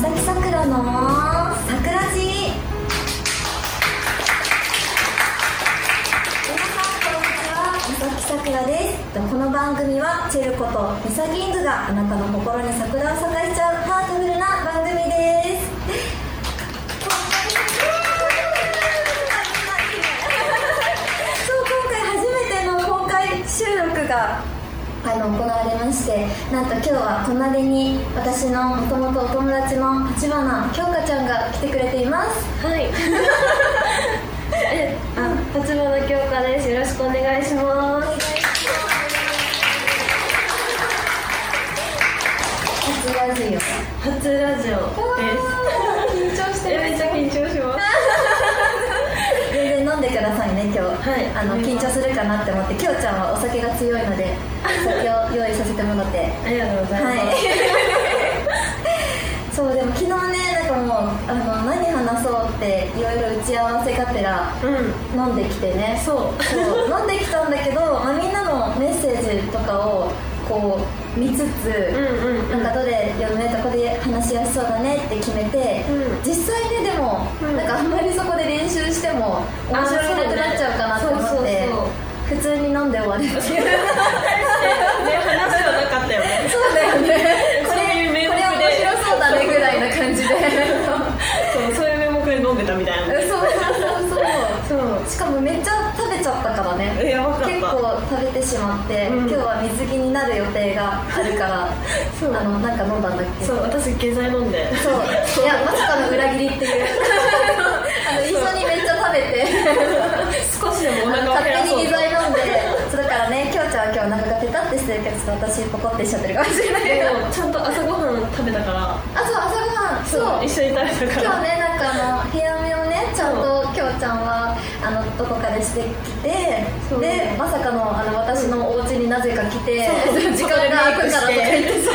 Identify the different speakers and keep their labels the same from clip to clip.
Speaker 1: 三崎さくらの桜地皆さんこんにちは三崎さくらですこの番組はチェルことミサキングがあなたの心に桜を咲かせちゃうハートフルな番組です そう今回初めての公開収録があの行われましてなんと今日は隣に私のもともとお友達の立花京香ちゃんが来てくれています
Speaker 2: はい。え、あ、立花京香です。よろしくお願いします。
Speaker 1: 初ラジオです
Speaker 2: 初ラジオ
Speaker 1: 緊張し
Speaker 2: です。めっちゃ緊張しま
Speaker 1: 全然飲んでくださいね今日、
Speaker 2: はい
Speaker 1: あの緊張するかなって思って京ちゃんはお酒が強いのでお酒を用意させてもらって
Speaker 2: す。ありがとうございま
Speaker 1: は
Speaker 2: す。
Speaker 1: い。そうでも昨日ねなんかもうあの何話そうっていろいろ打ち合わせがてら
Speaker 2: うん。
Speaker 1: 飲んできてね。
Speaker 2: そう。
Speaker 1: そう飲んできたんだけど、まあみんなのメッセージとかをこう見つ
Speaker 2: う
Speaker 1: つ、
Speaker 2: んうん。
Speaker 1: なんかどれ読めたこで話しやすそうだねって決めて、
Speaker 2: うん
Speaker 1: 実際ねでも、
Speaker 2: うん
Speaker 1: なんかあんまりそこで練習しても面
Speaker 2: あそう
Speaker 1: 白
Speaker 2: ね
Speaker 1: くなくなっちゃうかなと思って、
Speaker 2: そうそう
Speaker 1: 普通に飲んで終わる っていう。
Speaker 2: ね、話はなかったよね。
Speaker 1: そうだよね。こ
Speaker 2: そういう
Speaker 1: れ、
Speaker 2: 名
Speaker 1: こ
Speaker 2: 目
Speaker 1: れ
Speaker 2: で
Speaker 1: 面白そうだねぐらいな感じで。
Speaker 2: そう、そういう名目で飲んでたみたいな。
Speaker 1: そうそうそう
Speaker 2: そう
Speaker 1: そう。しかもめっちゃ食べちゃったからね。
Speaker 2: やばかった
Speaker 1: 結構食べてしまって、
Speaker 2: う
Speaker 1: 今
Speaker 2: ん
Speaker 1: 日は水着になる予定があるから、
Speaker 2: そう
Speaker 1: あのなんか飲んだんだっけ。
Speaker 2: そう、私下剤飲んで。
Speaker 1: そう。いやまさかの裏切りっていう。 あの一緒にめっちゃ食べて。
Speaker 2: 少しでもお腹を
Speaker 1: 勝
Speaker 2: 減ら
Speaker 1: 手
Speaker 2: そう
Speaker 1: に。具材飲んで、そうだからね、きょうちゃんは今日お腹がペタってしてるけど、ちょっと私ポコってしちゃってるかもしれないけ
Speaker 2: で
Speaker 1: ど。
Speaker 2: もちゃんと朝ごはん食べたから。
Speaker 1: あ、そう、朝ごはん、そう
Speaker 2: 一。緒に食べ
Speaker 1: 今
Speaker 2: たか
Speaker 1: 日
Speaker 2: ら。
Speaker 1: ねなんかあの部屋目をねちゃんときょうちゃんはあのどこかでしてきて
Speaker 2: そう
Speaker 1: でまさかのあの私のお家になぜか来て
Speaker 2: そう
Speaker 1: 時間が空くからとか言ってそうそ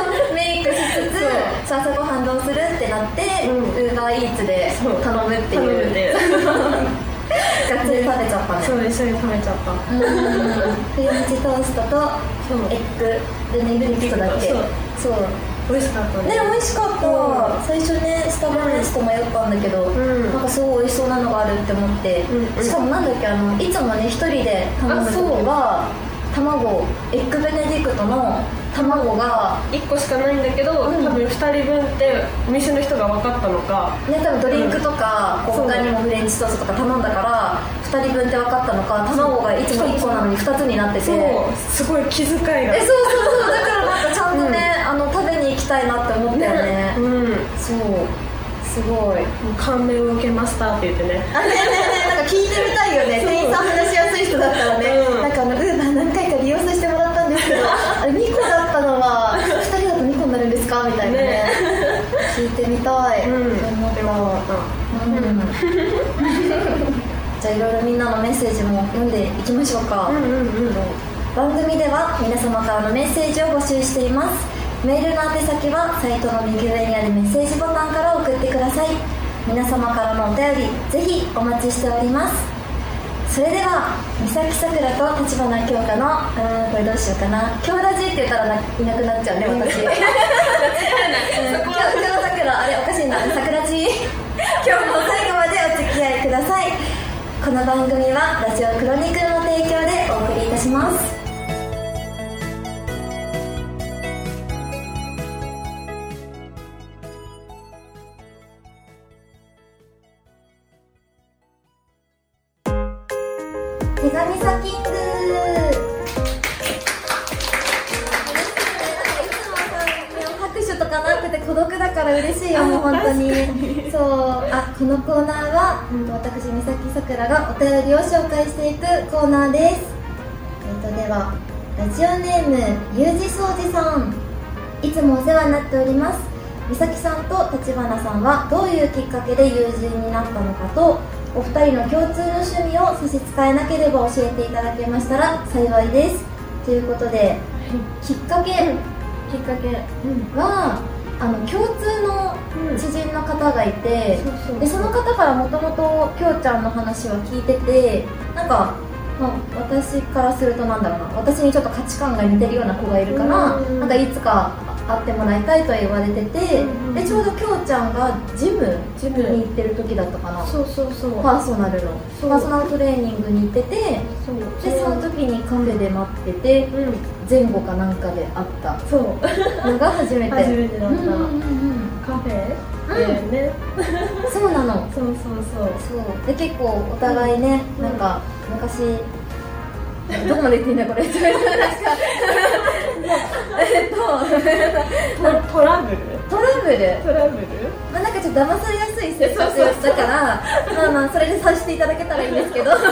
Speaker 1: うメイクしつ
Speaker 2: そう
Speaker 1: つさあ朝ごはんどうするってなって
Speaker 2: うん
Speaker 1: ウーバーイーツで
Speaker 2: そう
Speaker 1: 頼むっていう
Speaker 2: ね。
Speaker 1: がっつり食べちゃったね
Speaker 2: そう、一緒に食べちゃった。
Speaker 1: うんフレンチトーストと
Speaker 2: そう
Speaker 1: エッグでねグリットだっけ
Speaker 2: そう
Speaker 1: そう
Speaker 2: 美味しかった
Speaker 1: ね美味しかった、
Speaker 2: う
Speaker 1: 最初ねスタバのやつと迷ったんだけど、
Speaker 2: ん
Speaker 1: なんかすごい美味しそうなのがあるって思って、
Speaker 2: うんうん
Speaker 1: しかもなんだっけあのいつもね一人で頼む時は卵エッグベネディクトの卵が
Speaker 2: 1個しかないんだけど、
Speaker 1: うん
Speaker 2: 多分2人分ってお店の人が分かったのか
Speaker 1: ね多分ドリンクとか、こう
Speaker 2: そう
Speaker 1: 他にもフレンチトーストとか頼んだから2人分って分かったのか卵がいつも1個なのに2つになってて
Speaker 2: そうすごい気遣いが
Speaker 1: えそうそうそうだからなんかちゃんとね、あの食べに行きたいなって思ったよね、
Speaker 2: うん
Speaker 1: そうすごい
Speaker 2: 感銘を受けましたって言ってね
Speaker 1: あねえねえねえなんか聞いてみたいよね
Speaker 2: そう
Speaker 1: 店員さん話しやすい人だったらね、
Speaker 2: うん
Speaker 1: なんかあのウーバー何回か利用させてもらったんですけど あれ2個だったのは2人だと2個になるんですかみたいなね
Speaker 2: ね
Speaker 1: 聞いてみたい、
Speaker 2: うん
Speaker 1: と思ったうん、 じゃあいろいろみんなのメッセージも読んでいきましょうか、
Speaker 2: うんうんうん
Speaker 1: 番組では皆様からのメッセージを募集していますメールの宛先はサイトの右上にあるメッセージボタンから送ってください皆様からのお便りぜひお待ちしておりますそれでは三崎さくらと立花京香のうーんこれどうしようかな京ラジって言ったらないなくなっちゃうね私京京さくらあれおかしいな桜地今日も最後までお付き合いくださいこの番組はラジオクロニクルの提供でお送りいたします手紙サキング拍手とかなくて孤独だから嬉しいよ
Speaker 2: あ
Speaker 1: 本当に
Speaker 2: 確
Speaker 1: そうあこのコーナーは、うん、私三崎さくらがお便りを紹介していくコーナーですえっとではラジオネームゆうじそうじさんいつもお世話になっております美咲さんと立花さんはどういうきっかけで友人になったのかとお二人の共通の趣味を差し支えなければ教えていただけましたら幸いですということできっかけ
Speaker 2: きっかけうん
Speaker 1: はあの共通の
Speaker 2: うん
Speaker 1: 知人の方がいて
Speaker 2: そうそう
Speaker 1: でその方からもともときょうちゃんの話は聞いててなんか、まあ、私からするとなんだろうな私にちょっと価値観が似てるような子がいるから
Speaker 2: うん
Speaker 1: なんかいつか会ってもらいたいと言われてて、
Speaker 2: うんうん
Speaker 1: でちょうどきょうちゃんがジム
Speaker 2: ジム
Speaker 1: に行ってる時だったかな
Speaker 2: そうそうそう
Speaker 1: パーソナルの
Speaker 2: そう
Speaker 1: パーソナルトレーニングに行ってて
Speaker 2: そう
Speaker 1: でその時にカフェで待ってて
Speaker 2: うん
Speaker 1: 前後かなんかで会った
Speaker 2: そう
Speaker 1: のが初めて
Speaker 2: 初めてだっ
Speaker 1: う
Speaker 2: た
Speaker 1: んうんうん
Speaker 2: カフェだよね、
Speaker 1: うんそうなの
Speaker 2: そうそうそう
Speaker 1: そうで結構お互いね、
Speaker 2: うん
Speaker 1: なんか昔どこまで言っていいん だこれなんかえっと
Speaker 2: トトラブル
Speaker 1: トラブル
Speaker 2: トラブル
Speaker 1: まあ、なんかちょっと騙されやすい性格
Speaker 2: そうそう
Speaker 1: だからまあまあそれでさせていただけたらいいんです けどそ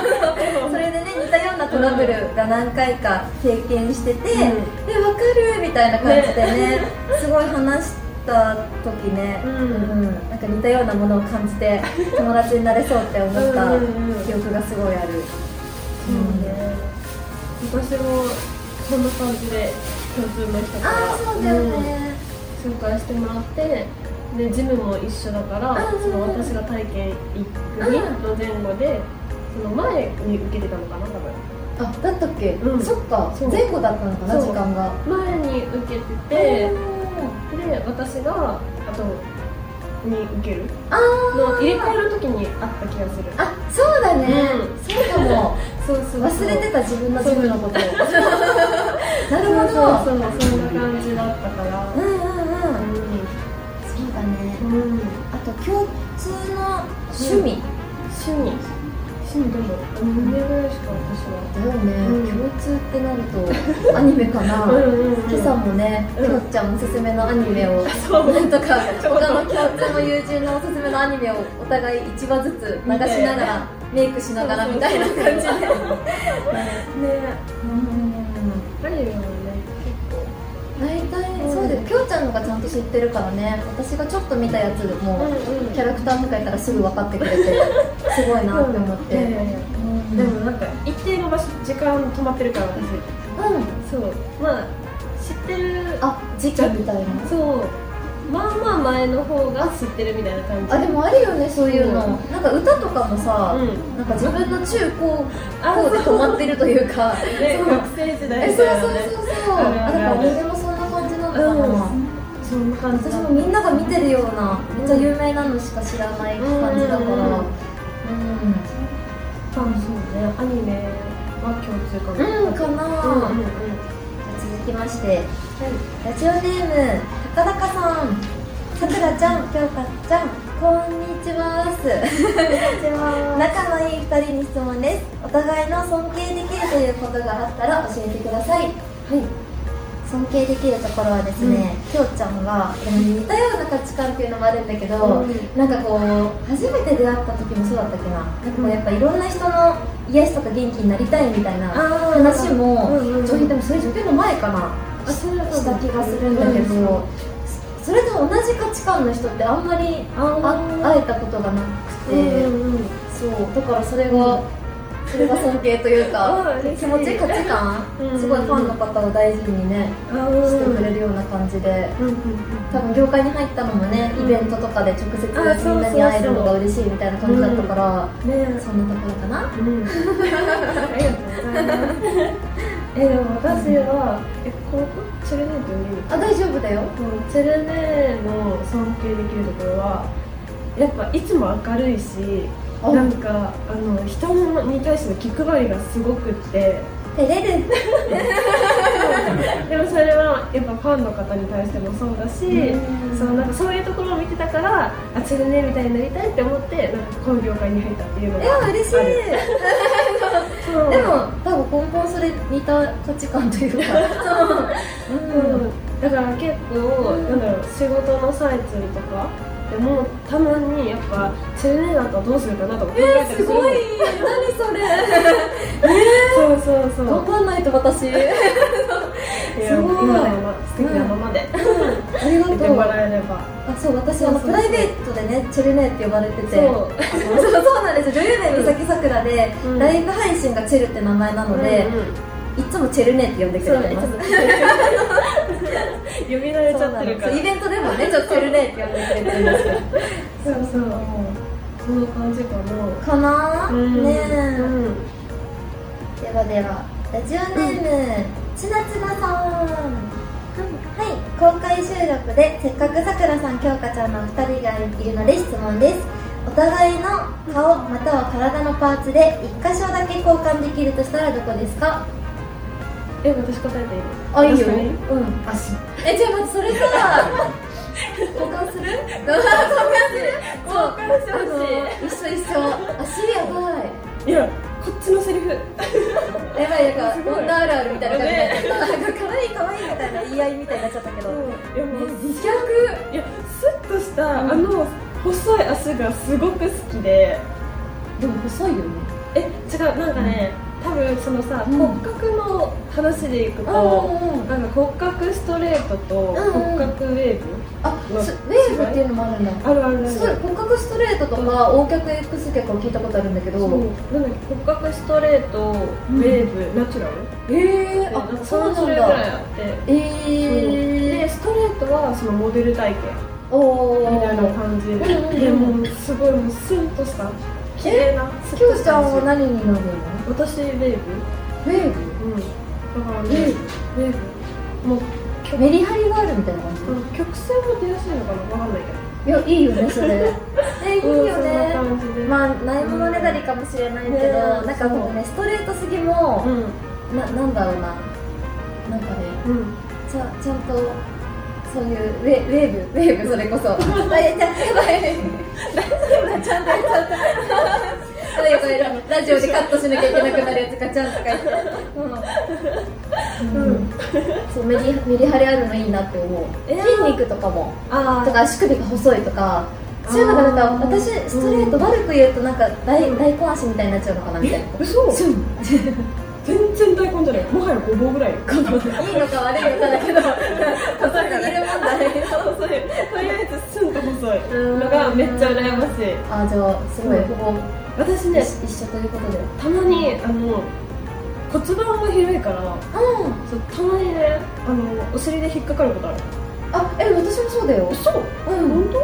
Speaker 1: れでね似たようなトラブルが何回か経験してて、
Speaker 2: ん
Speaker 1: で分かるみたいな感じでねすごい話した時ね、
Speaker 2: うん
Speaker 1: うんなんか似たようなものを感じて友達になれそうって思った
Speaker 2: うんうんうん
Speaker 1: 記憶がすごいある。
Speaker 2: そうね私もそんな感じで共通の人から
Speaker 1: あーそうだよね、
Speaker 2: 紹介してもらってでジムも一緒だから
Speaker 1: うんうんうん
Speaker 2: その私が体験行く日の前後でその前に受けてたのかな多
Speaker 1: あだったっけ、
Speaker 2: うん
Speaker 1: そっか
Speaker 2: そう
Speaker 1: 前後だったのかな
Speaker 2: そう
Speaker 1: 時間が
Speaker 2: 分前に受けて
Speaker 1: え
Speaker 2: てで私が後に受ける
Speaker 1: あ
Speaker 2: の入れ替え
Speaker 1: ー
Speaker 2: る時にあった気がする
Speaker 1: あそうだね、
Speaker 2: う
Speaker 1: そうかも
Speaker 2: そうそうそう
Speaker 1: 忘れてた自分の自分の ことをなる
Speaker 2: そう
Speaker 1: ほど
Speaker 2: そうそうそんな感じだったから
Speaker 1: うんうんうん
Speaker 2: う
Speaker 1: そうだね
Speaker 2: ん、うん、
Speaker 1: あと共通の趣味
Speaker 2: 趣味趣味でも2年ぐらいしか私は
Speaker 1: だよね、
Speaker 2: うん
Speaker 1: 共通ってなるとアニメかな
Speaker 2: うんうんうん
Speaker 1: 月さんもね、
Speaker 2: うん
Speaker 1: きょうちゃんおすすめのアニメを
Speaker 2: そう
Speaker 1: なんと か
Speaker 2: ちょうど
Speaker 1: 他の共通の友人のおすすめのアニメをお互い1話ずつ流しながらメイクしながらみたいな感じで
Speaker 2: そうそう
Speaker 1: うん
Speaker 2: そうねアニメもね結構
Speaker 1: 大体そうで
Speaker 2: うん
Speaker 1: きょうちゃんのがちゃんと知ってるからね私がちょっと見たやつも
Speaker 2: うんうん
Speaker 1: キャラクター迎えたらすぐ分かってくれてすごいなって思って、
Speaker 2: いやいやいや
Speaker 1: うん
Speaker 2: でもなんか一定の場所時間止まってるから私
Speaker 1: うん
Speaker 2: そうまあ知ってる
Speaker 1: あ時期みたいな
Speaker 2: そうまあまあ前の方が知ってるみたいな感じ
Speaker 1: あでもあるよねそういうの、
Speaker 2: う
Speaker 1: なんか歌とかもさ、
Speaker 2: うん
Speaker 1: なんか自分の中高
Speaker 2: あ
Speaker 1: 高で止まってるというか
Speaker 2: ね
Speaker 1: そう
Speaker 2: 学生時代
Speaker 1: え
Speaker 2: み
Speaker 1: そう
Speaker 2: たい
Speaker 1: そう
Speaker 2: なね
Speaker 1: そうそう
Speaker 2: あるあ
Speaker 1: あだか
Speaker 2: る
Speaker 1: ら思い出もそんな感じなのかな、
Speaker 2: うんそんな感じ
Speaker 1: 私
Speaker 2: だ
Speaker 1: もみんなが見てるようなめっちゃ有名なのしか知らない感じだから、
Speaker 2: うんうんうん
Speaker 1: うん
Speaker 2: あそうねアニメは共通かも
Speaker 1: うんかな、
Speaker 2: うんうんうん
Speaker 1: 続きましてラジオネーム高々さんさくらちゃんきょうかちゃんこんにちはっす
Speaker 2: は
Speaker 1: 仲のいい2人に質問ですお互いの尊敬できるということがあったら教えてください
Speaker 2: い
Speaker 1: 尊敬できるところはですね、きょうちゃんがでも似たような価値観っていうのもあるんだけど、
Speaker 2: うん
Speaker 1: なんかこう初めて出会った時もそうだったっけななんかこうやっぱいろんな人の癒しとか元気になりたいみたいな
Speaker 2: あー
Speaker 1: 話も、
Speaker 2: うんうんうん
Speaker 1: 女優でもそれ女優の前かな
Speaker 2: あそうだと思
Speaker 1: し
Speaker 2: う
Speaker 1: た気がするんだけど、
Speaker 2: うん
Speaker 1: そそれと同じ価値観の人ってあんまり
Speaker 2: あー
Speaker 1: あ会えたことがなくて、
Speaker 2: うんうん
Speaker 1: そうだからそれが、それが尊敬というか
Speaker 2: あー嬉しい
Speaker 1: 気持ちいい価値観
Speaker 2: うん
Speaker 1: すごいファンの方を大事にねしてくれるような感じで
Speaker 2: うんうん
Speaker 1: 多分業界に入ったのもねイベントとかで直接みんなに会えるのが嬉しいみたいな感じだったから
Speaker 2: うんね
Speaker 1: そんなところかな
Speaker 2: うん、ありがとうございます。え、でも私は、え、ここ、チェルネーと見る。
Speaker 1: あ大丈夫だよ
Speaker 2: うんチェルネーの尊敬できるところは、やっぱいつも明るいし、
Speaker 1: あ
Speaker 2: なんか、あの、人に対しての気配りがすご くって。
Speaker 1: 照れる
Speaker 2: でもそれはやっぱファンの方に対してもそうだし、
Speaker 1: うん
Speaker 2: そのなんかそういうところを見てたからあチェルネーみたいになりたいって思ってなんかこの業界に入ったっていうの
Speaker 1: い
Speaker 2: が
Speaker 1: や嬉しい
Speaker 2: あるそう
Speaker 1: でも多分根本それ似た価値観というか そううん
Speaker 2: だから結構、なんだろう仕事の最中とかでもたまにやっぱチェルネーだったらどうするかなとか考えたりするの
Speaker 1: 何それ
Speaker 2: そうそうそう
Speaker 1: 頑張んないと 私
Speaker 2: いや
Speaker 1: すごい
Speaker 2: 今のまま素敵なままで、
Speaker 1: ありが
Speaker 2: いて
Speaker 1: と
Speaker 2: も
Speaker 1: う
Speaker 2: らえれば
Speaker 1: あそう私あの
Speaker 2: そうそうそう
Speaker 1: プライベートでねチェルネーって呼ばれてて
Speaker 2: そう
Speaker 1: あの そうそうなんですよ女優名三崎さくらで、
Speaker 2: うん
Speaker 1: ライブ配信がチェルって名前なので、
Speaker 2: うんうん
Speaker 1: いつもチェルネって呼んでく
Speaker 2: そう
Speaker 1: れて
Speaker 2: いつ
Speaker 1: ま
Speaker 2: も
Speaker 1: す
Speaker 2: 呼び慣れちゃってるから
Speaker 1: そうイベントでもねちょっとチェルネって呼んでくれてるんですけど
Speaker 2: そうそうそんな感じかな
Speaker 1: かなー、
Speaker 2: うん
Speaker 1: ねえ、
Speaker 2: うん
Speaker 1: ではではラジオネーム、ちなちなさんはい、公開収録でせっかくさくらさん、きょうかちゃんのお二人がいるので質問です。お互いの顔または体のパーツで一箇所だけ交換できるとしたらどこですか？
Speaker 2: え私答えていい
Speaker 1: あいいよ
Speaker 2: 確かに
Speaker 1: うん足えじゃあまずそれさ交換する 交換する交換してほしい一緒一緒足やばい
Speaker 2: いやこっちのセリフ
Speaker 1: やばいなん
Speaker 2: す
Speaker 1: か
Speaker 2: ごい
Speaker 1: 女あるあるみたいな感じで、なんか可愛い可愛いみたいな言い合いみたいになっちゃったけど、ね、
Speaker 2: いやもう
Speaker 1: 自
Speaker 2: いやスッとした、あの細い足がすごく好きで
Speaker 1: 虐でも細いよね
Speaker 2: え違うなんかね、多分そのさ、
Speaker 1: うん
Speaker 2: 骨格の話でいく
Speaker 1: あ
Speaker 2: と、
Speaker 1: うん
Speaker 2: なんか骨格ストレートと
Speaker 1: うんうん
Speaker 2: 骨格ウェーブ、
Speaker 1: あすウェーブっていうのもあるんだ
Speaker 2: あるあるある
Speaker 1: すごい骨格ストレートとか O 脚 X 脚は聞いたことあるんだけ
Speaker 2: そ
Speaker 1: ど
Speaker 2: うなんだっけ骨格ストレートウェーブ、ナチュラル
Speaker 1: へえ
Speaker 2: でなん
Speaker 1: あ
Speaker 2: か
Speaker 1: そ
Speaker 2: そうの種
Speaker 1: なん
Speaker 2: 類ぐらい
Speaker 1: だ
Speaker 2: あって、
Speaker 1: え
Speaker 2: で
Speaker 1: え
Speaker 2: ストレートはそのモデル体
Speaker 1: ー、
Speaker 2: 型
Speaker 1: おー
Speaker 2: みたいな感じで、
Speaker 1: うん
Speaker 2: でもすごいもうスンとした綺麗なスッ
Speaker 1: きょ
Speaker 2: と
Speaker 1: う
Speaker 2: し
Speaker 1: ちゃ
Speaker 2: た
Speaker 1: ん
Speaker 2: 足
Speaker 1: は何になるの
Speaker 2: 私ウェーブ
Speaker 1: ウェーブ
Speaker 2: うんだからね
Speaker 1: ウェー
Speaker 2: ウェーブもう
Speaker 1: メリハリがあるみたいな感じ、
Speaker 2: うん曲線も出やすいのかなわかんないけ
Speaker 1: いやいいよねそれ えいい
Speaker 2: ど
Speaker 1: よね
Speaker 2: うんそんな感じで
Speaker 1: まあないものねだりかもしれないけど、
Speaker 2: ね
Speaker 1: なんか僕ねストレートすぎも
Speaker 2: う、ん
Speaker 1: ななんだろうななんかね
Speaker 2: うん
Speaker 1: ちゃちゃんとそういうウェウェーブウェーブそれこ そあいやちゃんとやばいちゃんとやっちゃったそういうこれ ラジオでカットしなきゃいけなくなるやつがちゃんとか言って、うん
Speaker 2: う
Speaker 1: うんそうメリメリハリあるのいいなって思う、
Speaker 2: えー
Speaker 1: 筋肉とかも
Speaker 2: あ
Speaker 1: とか足首が細いとかそういうのがなんか
Speaker 2: あー
Speaker 1: 私ストレート
Speaker 2: うん
Speaker 1: 悪く言うとなんか大
Speaker 2: うん
Speaker 1: 大根足みたいになっちゃうのかなみたいな
Speaker 2: 嘘
Speaker 1: そういい
Speaker 2: 全然大根じゃないもはやごぼうぐらいかな
Speaker 1: のか悪いのかだ けど細すぎるもんだね
Speaker 2: そうそうとりあえずスンと細い
Speaker 1: うん
Speaker 2: のがめっちゃ羨ましい
Speaker 1: あーじゃあすごいほぼ
Speaker 2: 私ね
Speaker 1: 一一緒ということで
Speaker 2: たまにあの骨盤が広いから
Speaker 1: うん
Speaker 2: そうたまにねあのお尻で引っかかることある
Speaker 1: あえ私もそうだよ
Speaker 2: 嘘
Speaker 1: うん
Speaker 2: 本当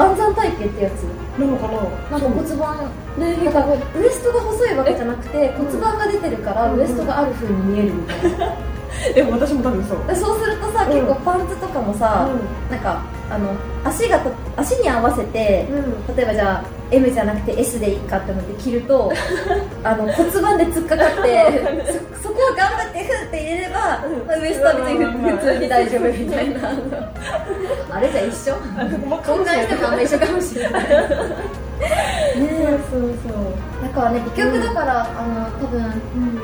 Speaker 1: 骨安山体型ってやつ
Speaker 2: なのか
Speaker 1: な
Speaker 2: なん
Speaker 1: か骨盤
Speaker 2: ね
Speaker 1: なんかウエストが細いわけじゃなくて骨盤が出てるから
Speaker 2: うん
Speaker 1: ウエストがある風に見えるみたいな
Speaker 2: でも私も多分そう
Speaker 1: でそうするとさ
Speaker 2: うん
Speaker 1: 結構パンツとかもさ、なんかあの足がこ足に合わせて
Speaker 2: うんうん
Speaker 1: 例えばじゃあ M じゃなくて S でいいかって思って着る とあの骨盤で突っかか ってそそこを頑張ってフって入れれば、
Speaker 2: うん
Speaker 1: まあ、ウエストは別に
Speaker 2: まあまあまあ
Speaker 1: ふ普通に大丈夫みたいなあれじゃ一緒
Speaker 2: もう
Speaker 1: 混乱してもあんま一緒かもしれないね
Speaker 2: そうそう
Speaker 1: えだからね結局だから、あの多分
Speaker 2: うん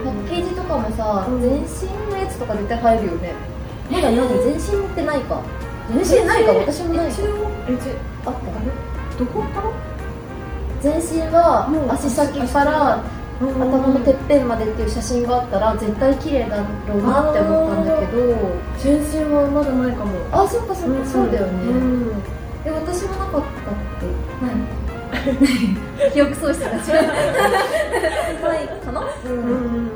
Speaker 1: パッケージとかもさ、
Speaker 2: うん
Speaker 1: 全身のやつとか絶対入るよねまだなんか全身ってないか全身ないか私もないか
Speaker 2: 一応えち
Speaker 1: あった
Speaker 2: あれどこから
Speaker 1: 全身は
Speaker 2: もう
Speaker 1: 足先から頭のてっぺんまでっていう写真があったら絶対綺麗だろうなって思ったんだけど
Speaker 2: 全身はまだないかも
Speaker 1: あそっかそっかそうだよね
Speaker 2: ん
Speaker 1: で私もなかったってない 記憶喪失が違うないかなう
Speaker 2: うん
Speaker 1: ん
Speaker 2: うんうん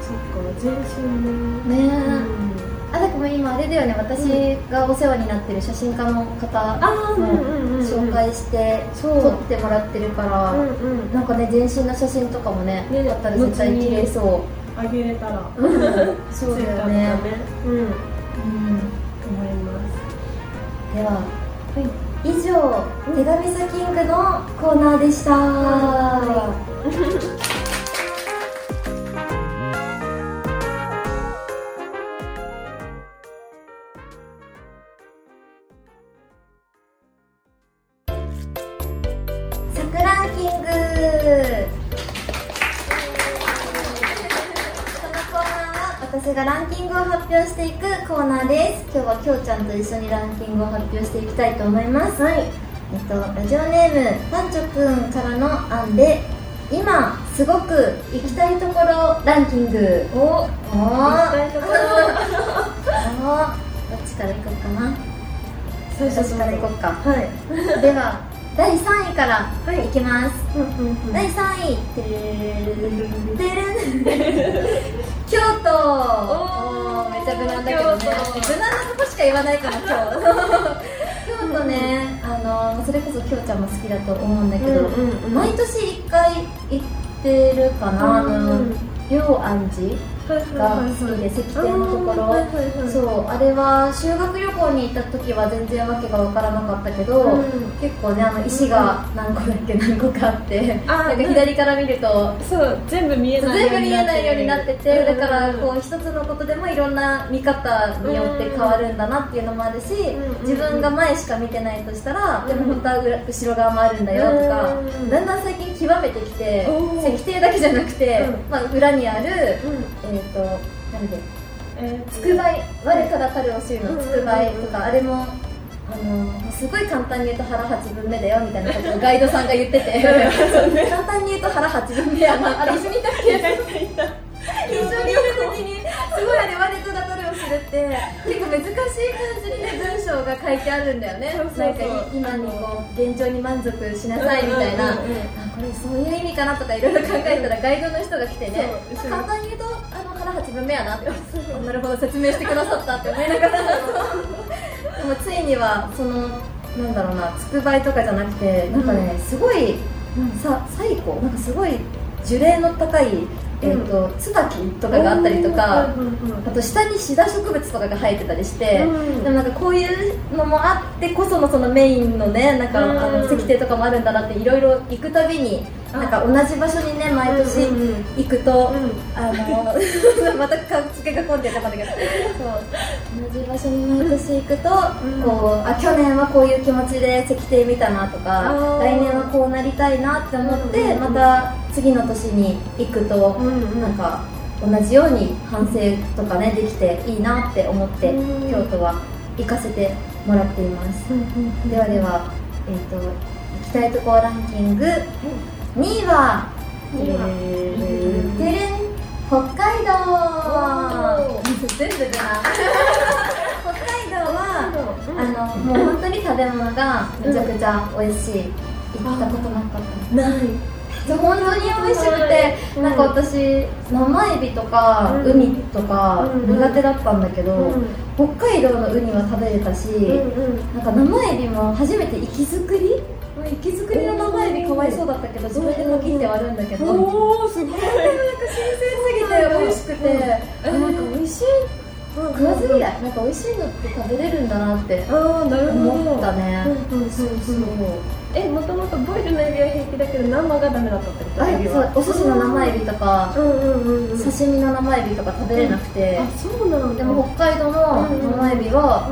Speaker 2: そっか全身ね
Speaker 1: ねえ
Speaker 2: うん
Speaker 1: あだからもう今あれだよね私がお世話になってる写真家の方
Speaker 2: あーうんうん
Speaker 1: 紹介して
Speaker 2: そう
Speaker 1: 撮ってもらってるから
Speaker 2: うんうん
Speaker 1: なんかね全身の写真とかもね
Speaker 2: ね
Speaker 1: あったら絶対綺麗そ
Speaker 2: あげれたら
Speaker 1: う、うん、そうだよね
Speaker 2: ツイッターとかう
Speaker 1: う
Speaker 2: ん
Speaker 1: ん
Speaker 2: 思います
Speaker 1: では、以上「手紙サキング」のコーナーでした、 さくらんキングこのコーナーは私がランキングを発表していくコーナーです今日はきょうちゃんと一緒にランキングを発表していきたいと思いますはいえっとラジオネームパンチョくんからの案で今すごく行きたいところランキング
Speaker 2: お
Speaker 1: お
Speaker 2: お
Speaker 1: ー
Speaker 2: 行きたいところ
Speaker 1: あのどっちから行こうかな
Speaker 2: 最
Speaker 1: どっちから行こうか
Speaker 2: はい
Speaker 1: では第3位からいきます、
Speaker 2: うんうんうん
Speaker 1: 第3位てるてる京都おーめっちゃ無難だけどね
Speaker 2: 京都
Speaker 1: 無難なことしか言わないから今日京都ねあのそれこそ京ちゃんも好きだと思うんだけど、
Speaker 2: うんうんうん
Speaker 1: 毎年1回行ってるかな、あの
Speaker 2: うん
Speaker 1: 龍安寺が好きで石庭のところそうあれは修学旅行に行った時は全然わけが分からなかったけど、
Speaker 2: うん
Speaker 1: 結構ねあの石が何個だっけ何個かあって
Speaker 2: あ
Speaker 1: なんか左から見ると
Speaker 2: そう全部見えない
Speaker 1: 全部見えないようになっててだから
Speaker 2: うん
Speaker 1: こう一つのことでもいろんな見方によって変わるんだなっていうのもあるし
Speaker 2: ん
Speaker 1: 自分が前しか見てないとしたら
Speaker 2: ん
Speaker 1: でも本当は裏後ろ側もあるんだよと
Speaker 2: う
Speaker 1: か
Speaker 2: ん
Speaker 1: だんだん最近極めてきて
Speaker 2: おー
Speaker 1: 石庭だけじゃなくて
Speaker 2: う
Speaker 1: まあ裏にあるえっ
Speaker 2: うん
Speaker 1: となんで
Speaker 2: えー
Speaker 1: つくばい我からたるを知るのつくばいと
Speaker 2: うん
Speaker 1: かあれも。あのすごい簡単に言うと腹8分目だよみたいなことをガイドさんが言ってて簡単に言うと腹8分目やなあ れ一緒にいたっけ一緒にいる時にすごいあれ割とたどれをするって結構難しい感じにね文章が書いてあるんだよね
Speaker 2: そうそうそう
Speaker 1: なんか今にこう現状に満足しなさいみたいな、
Speaker 2: うんうんうんうん
Speaker 1: あこれそういう意味かなとかいろいろ考えたらガイドの人が来てね
Speaker 2: そう
Speaker 1: 簡単に言うとあの腹八分目やなってあなるほど説明してくださったって思いながらでもついにはそのなんだろうなつくばいとかじゃなくてなんかね、すごいさ最高なんかすごい樹齢の高い、えーとツバキとかがあったりとか
Speaker 2: うんうんうん
Speaker 1: あと下にシダ植物とかが生えてたりして、
Speaker 2: うん
Speaker 1: でもなんかこういうのもあってこそのそのメインのねなんか、
Speaker 2: うん
Speaker 1: あの石庭とかもあるんだなっていろいろ行くたびに
Speaker 2: あ
Speaker 1: なんか同じ場所にね毎年
Speaker 2: うんうんうん
Speaker 1: 行くと、
Speaker 2: うん
Speaker 1: あ のまたかつけが込んでやったんだけどそう同じ場所に毎年行くと、
Speaker 2: うん
Speaker 1: こうあ去年はこういう気持ちで石庭見たなとか
Speaker 2: あー
Speaker 1: 来年はこうなりたいなって思って、
Speaker 2: うんうんうん
Speaker 1: また次の年に行くと、
Speaker 2: うんうん
Speaker 1: なんか同じように反省とかねできていいなって思って、
Speaker 2: うん
Speaker 1: 京都は行かせてもらっています、ではでは、えー、と行きたいところランキング2位は
Speaker 2: 二位は
Speaker 1: てるんてるん北海道
Speaker 2: お
Speaker 1: 全部出ない北海道は
Speaker 2: うん
Speaker 1: あのもう本当に食べ物がめちゃくちゃ美味しい行ったことなかった
Speaker 2: ない
Speaker 1: そう本当に美味しくて、
Speaker 2: うん
Speaker 1: なんか私生エビとか、
Speaker 2: うん
Speaker 1: ウニとか
Speaker 2: うん
Speaker 1: 苦手だったんだけど、
Speaker 2: うん
Speaker 1: 北海道のウニは食べれたし、
Speaker 2: うんうん
Speaker 1: なんか生エビも初めて生き作りもう生き作りの生エビかわいそうだったけど自分でも切って割るんだけど、でも
Speaker 2: おおすごい
Speaker 1: なんか新鮮すぎて美味しくて、
Speaker 2: うん
Speaker 1: あなんか美味しい食わず嫌いなんか美味しいのって食べれるんだなって
Speaker 2: ああなるほど
Speaker 1: 思ったね、
Speaker 2: うんうんそう
Speaker 1: そ
Speaker 2: そううえもともとボイルのエビは平気だけど生がダメだったってこと
Speaker 1: あそうお寿司の生エビとか、
Speaker 2: うんうんうんうん
Speaker 1: 刺身の生エビとか食べれなくて、
Speaker 2: あそうなん
Speaker 1: で
Speaker 2: だ
Speaker 1: も北海道の生エビは、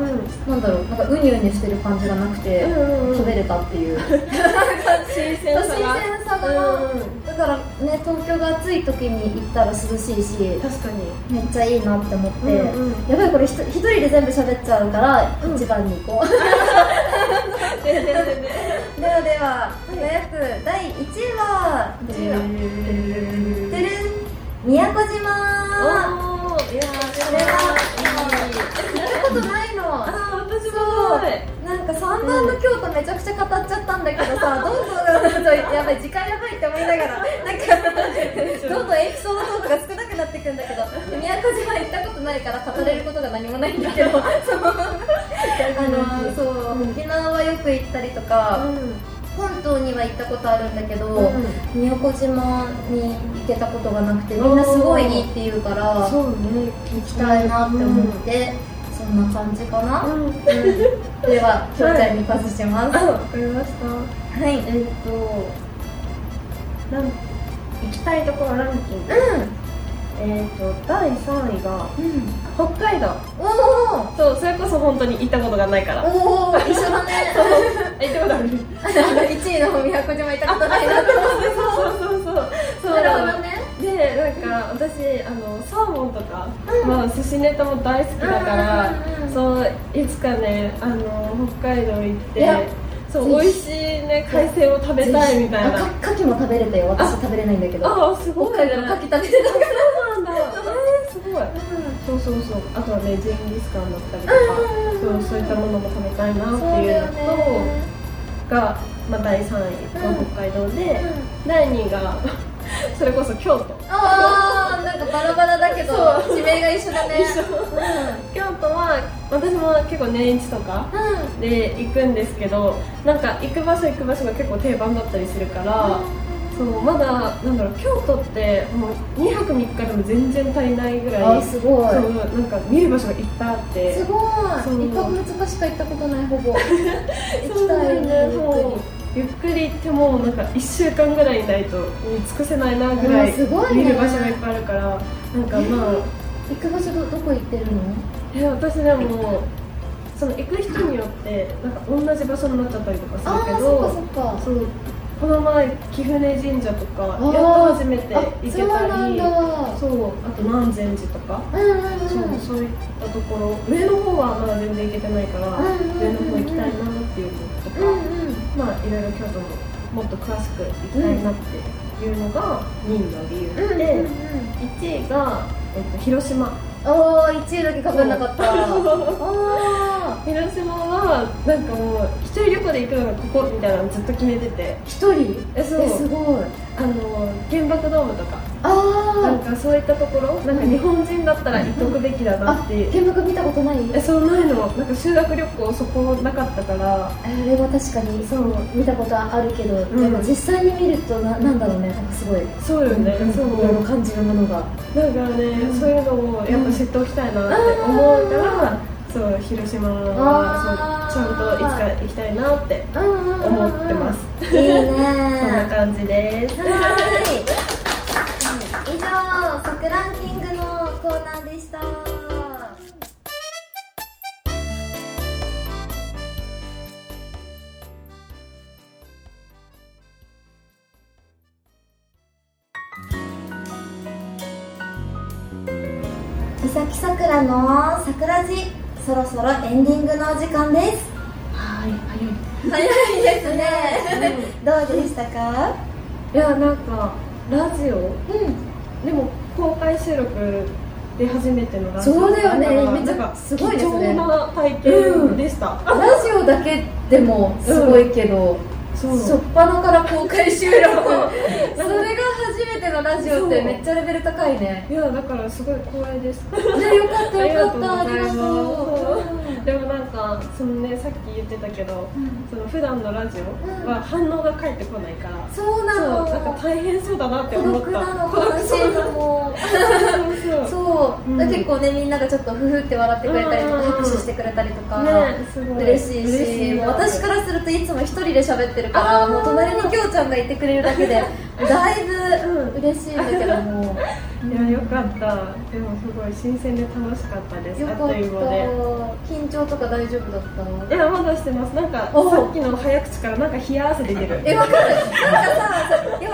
Speaker 2: うんうん
Speaker 1: なんだろうなんかウニウニしてる感じがなくて、
Speaker 2: うんうん
Speaker 1: 食べれたっていう新
Speaker 2: 新鮮さが
Speaker 1: さ
Speaker 2: うんうん
Speaker 1: だからね東京が暑い時に行ったら涼しいし
Speaker 2: 確かに
Speaker 1: めっちゃいいなって思って、
Speaker 2: うんうん
Speaker 1: やばいこれひと一人で全部喋っちゃうから、
Speaker 2: うん
Speaker 1: 一番に行こう
Speaker 2: でででで
Speaker 1: ではでは約第1位は
Speaker 2: 一位は
Speaker 1: てるん宮古島
Speaker 2: おーいやー
Speaker 1: これは行ったことないの
Speaker 2: あー
Speaker 1: そ
Speaker 2: 私
Speaker 1: う
Speaker 2: もない
Speaker 1: なんか3番の京都めちゃくちゃ語っちゃったんだけど さ、どんどんなんかやばい時間やばいって思いながらなんかどんどんエピソードトークが少なくなってくんだけど宮古島行ったことないから語れることが何もないんだけどそうあのそう沖縄はよく行ったりとか本島には行ったことあるんだけど、
Speaker 2: うん
Speaker 1: 宮古島に行けたことがなくてみんなすごいいいって言うから行
Speaker 2: そうね
Speaker 1: きたいなって思って、そんな感じかな。では、きょうちゃんにパスします。
Speaker 2: あ
Speaker 1: は
Speaker 2: わかりました
Speaker 1: い。
Speaker 2: えっとラン行きたいところランキング、えっと第3位が
Speaker 1: うん。
Speaker 2: 北海道
Speaker 1: おお。
Speaker 2: そうそれこそ本当に行ったことがないから
Speaker 1: おお、一緒だね。
Speaker 2: え行ったことある
Speaker 1: 一位の方宮古島行ったことないなと思って。
Speaker 2: そうそうそうそう
Speaker 1: なるほどね。
Speaker 2: でなんか私あのサーモンとか、まあ、寿司ネタも大好きだから、
Speaker 1: うんうんうん
Speaker 2: そういつかねあの北海道行っ
Speaker 1: いや
Speaker 2: てそう
Speaker 1: ぜ
Speaker 2: 美
Speaker 1: ひ
Speaker 2: 味しいね海鮮を食べたいみたい
Speaker 1: あ
Speaker 2: な
Speaker 1: か牡蠣も食べれたよ。私食べれないんだけど。
Speaker 2: ああすごい
Speaker 1: 北海道の牡蠣食べれたか
Speaker 2: そうなんだ。えー、すごい。そうそうそう。あとはね、ジンギスカンだったりとか、
Speaker 1: うんうんうん
Speaker 2: そうそういったものも食べたいな
Speaker 1: ら。
Speaker 2: っていうのと、が、まあ第三位が
Speaker 1: うん
Speaker 2: 北海道で、第二位が それこそ京都。
Speaker 1: ああ、なんかバラバラだけど
Speaker 2: そ
Speaker 1: 地名が一緒だね。
Speaker 2: 一緒京都は私も結構年一とか。
Speaker 1: うん。うん。
Speaker 2: で行くんですけどなんか行く場所行く場所が結構定番だったりするから、そうまだなんだろう京都ってもう2泊3日でも全然足りないぐらい
Speaker 1: すごい
Speaker 2: そうなんか見る場所がいっぱいあって
Speaker 1: すご
Speaker 2: そう
Speaker 1: い一泊二日しか行ったことない ほぼ行
Speaker 2: そ
Speaker 1: き
Speaker 2: うな
Speaker 1: たい
Speaker 2: ん
Speaker 1: ね
Speaker 2: だそうゆっくり行ってもなんか1週間ぐらいいないと見尽くせないなぐら
Speaker 1: あ
Speaker 2: い
Speaker 1: すごいね
Speaker 2: 見る場所がいっぱいあるからなんかまあ
Speaker 1: 行く場所どどこ行ってるの
Speaker 2: え私でもその行く人によってなんか同じ場所になっちゃったりとか
Speaker 1: ああ
Speaker 2: する
Speaker 1: そっ
Speaker 2: け
Speaker 1: か
Speaker 2: ど
Speaker 1: そっか
Speaker 2: そうこの前貴船神社とかやっ
Speaker 1: ー
Speaker 2: と初めて行
Speaker 1: あ
Speaker 2: け
Speaker 1: そうな
Speaker 2: た
Speaker 1: ん
Speaker 2: り
Speaker 1: だ
Speaker 2: そうあと南禅寺とか
Speaker 1: うんうんうん
Speaker 2: そうそういったところ上の方はまだ全然行けてないから
Speaker 1: うんうんうん
Speaker 2: 上の方行きたいなっていうこととか、
Speaker 1: うんうん
Speaker 2: まあいろいろ京都ももっと詳しく行きたいなっていうのが2位の理由で、
Speaker 1: うんうんうん
Speaker 2: 1位が、えっと、広島
Speaker 1: おー1位だけかぶんなかった あー
Speaker 2: 広島はなんかもう一人旅行で行くのがここみたいなのずっと決めてて
Speaker 1: 一人
Speaker 2: えそう
Speaker 1: えすごい
Speaker 2: あの原爆ドームとかなん
Speaker 1: あ
Speaker 2: かそういったところなんか日本人だったら行っとくべきだ
Speaker 1: あ
Speaker 2: なっていう
Speaker 1: 見学見たことない
Speaker 2: えそうないのなんか修学旅行そこなかったから
Speaker 1: あれは確かに
Speaker 2: そう
Speaker 1: 見たことあるけど、
Speaker 2: ん
Speaker 1: でも実際に見るとななんだろうねなんかすごい
Speaker 2: そうよね、
Speaker 1: うん
Speaker 2: そう
Speaker 1: いろいろ感じるものが
Speaker 2: だからね、そういうのをやっぱ知っておきたいなって思うから、そう広島は
Speaker 1: あー
Speaker 2: そうちゃんといつか行きたいなって思
Speaker 1: 思
Speaker 2: ってます、
Speaker 3: いいね
Speaker 2: そんな感じです
Speaker 3: はい以上「さくランキング」のコーナーでしたみさきさくらのさくらじそろそろエンディングのお時間です
Speaker 2: はい早い
Speaker 3: 早いですねどうでしたか
Speaker 2: いやなんかラジオ
Speaker 3: うん
Speaker 2: でも公開収録で初めてのラジオ
Speaker 1: そうだよね
Speaker 2: から
Speaker 1: めっちゃ
Speaker 2: なんか
Speaker 1: すごいですね
Speaker 2: 貴重な体験でした、
Speaker 1: ラジオだけでもすごいけど、
Speaker 2: そ
Speaker 1: 初っ端から公開収録それが初めてのラジオってめっちゃレベル高いね
Speaker 2: いやだからすごい光栄です
Speaker 1: ねよかったよかった
Speaker 2: あ
Speaker 1: あ
Speaker 2: り
Speaker 1: り
Speaker 2: が
Speaker 1: が
Speaker 2: と
Speaker 1: と
Speaker 2: う
Speaker 1: う
Speaker 2: ごでもなんかそのねさっき言ってたけど、その普段のラジオは反応が返ってこないから、
Speaker 1: そう
Speaker 2: そう
Speaker 1: なの
Speaker 2: なんか大変そうだなって
Speaker 1: 孤
Speaker 2: 思っ
Speaker 1: 独
Speaker 2: た
Speaker 1: なのかなシーズンも
Speaker 2: そうそう
Speaker 1: そう、
Speaker 2: うん
Speaker 1: 結構ねみんながちょっとフフって笑ってくれたりと
Speaker 2: うん
Speaker 1: か拍手してくれたりとか、
Speaker 2: ねすごい
Speaker 1: 嬉しいし
Speaker 2: 嬉しいな
Speaker 1: もう私からするといつも一人で喋ってるから
Speaker 2: あー
Speaker 1: もう隣にきょうちゃんがいてくれるだけでだいぶ嬉しいんだけど も
Speaker 2: いやよかったでもすごい新鮮で楽しかったです
Speaker 1: よか
Speaker 2: あ
Speaker 1: っ
Speaker 2: ったという間で
Speaker 1: 緊張とか大丈夫だった
Speaker 2: いやまだしてますなんか
Speaker 1: お
Speaker 2: さっきの早口からなんか冷や汗出てる
Speaker 1: えわかるなんかさいや私なんか意外と緊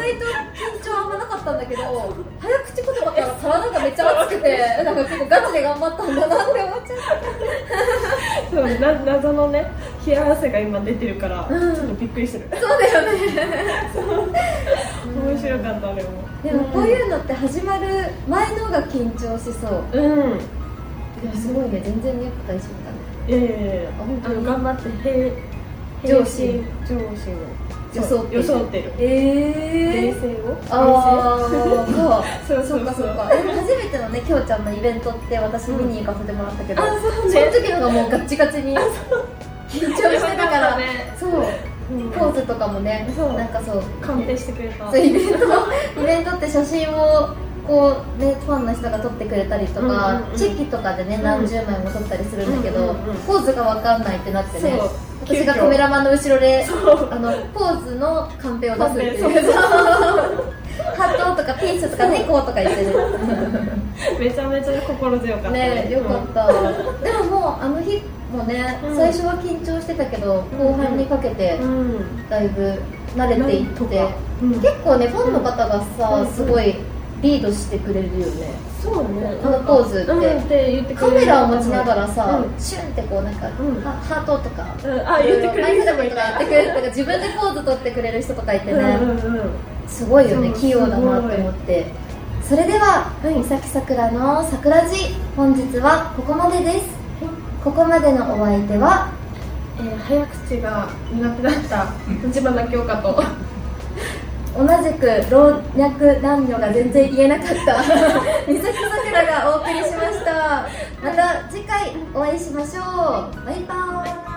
Speaker 1: 張あんまなかったんだけど早口言葉から体がめっちゃ熱くてなんか結構ガチで頑張ったんだなって思っちゃった
Speaker 2: そうな謎のね冷や汗が今出てるから、
Speaker 1: うん
Speaker 2: ちょっとびっくりしてる
Speaker 1: そうだよね
Speaker 2: 面白かったでも
Speaker 1: でもこういうのって始まる前のが緊張しそう
Speaker 2: うん
Speaker 1: でもすごいね全然ね大丈夫だね
Speaker 2: いやいやいや
Speaker 1: あ本当
Speaker 2: あの
Speaker 1: に
Speaker 2: 頑張って平
Speaker 1: 上司
Speaker 2: 心上心
Speaker 1: 装っ
Speaker 2: を
Speaker 1: てる
Speaker 2: 装ってる
Speaker 1: え
Speaker 2: 冷
Speaker 1: え
Speaker 2: 静を
Speaker 1: ああそ
Speaker 2: そう
Speaker 1: うそうかそうかでも初めてのねきょうちゃんのイベントって私見に行かせてもらったけど、
Speaker 2: あそう
Speaker 1: その
Speaker 2: ね
Speaker 1: 時のがもうガッチガチに緊張してたから
Speaker 2: ね
Speaker 1: そう
Speaker 2: うん
Speaker 1: ポーズとかもね
Speaker 2: そう
Speaker 1: なんかそう
Speaker 2: カンペしてくれた
Speaker 1: そうイベント イベントって写真をこうねファンの人が撮ってくれたりとか、
Speaker 2: うんうんうん
Speaker 1: チェキとかでね何十枚も撮ったりするんだけど、
Speaker 2: うんうんうん
Speaker 1: ポーズが分かんないってなってね
Speaker 2: そう
Speaker 1: 私が
Speaker 2: 急遽
Speaker 1: カメラマンの後ろで
Speaker 2: そう
Speaker 1: あのポーズのカンペを出すっていう
Speaker 2: カン ペ
Speaker 1: ハートとかピースとか猫とか言ってる
Speaker 2: めちゃめちゃ心強かった
Speaker 1: ねよかった、でももうあの日もね、
Speaker 2: うん
Speaker 1: 最初は緊張してたけど後半にかけて
Speaker 2: うんうん
Speaker 1: だいぶ慣れていって、
Speaker 2: なんとかうん
Speaker 1: 結構ねファンの方がさ、
Speaker 2: うん
Speaker 1: すごいリードしてくれるよね
Speaker 2: そうね
Speaker 1: このポーズって
Speaker 2: うんって言ってく
Speaker 1: カ
Speaker 2: れ
Speaker 1: メ
Speaker 2: る
Speaker 1: ラを持ちながらさ、
Speaker 2: うん
Speaker 1: シュンってこうなんか、
Speaker 2: ん
Speaker 1: はハートとか、
Speaker 2: うんあ言ってくれる人もい
Speaker 1: とかや
Speaker 2: た
Speaker 1: ってくれるとか自分でポーズ取ってくれる人とかいてね、
Speaker 2: うんうんうん
Speaker 1: すごいよね
Speaker 2: そう
Speaker 1: 器用だなって思ってそれでは三崎さくらの「さくらじ」本日はここまでですここまでのお相手は
Speaker 2: えー早口が苦手 だった立花京香と
Speaker 1: 同じく老若男女が全然言えなかっ た三崎さくらがお送りしましたまた次回お会いしましょうバイバーイ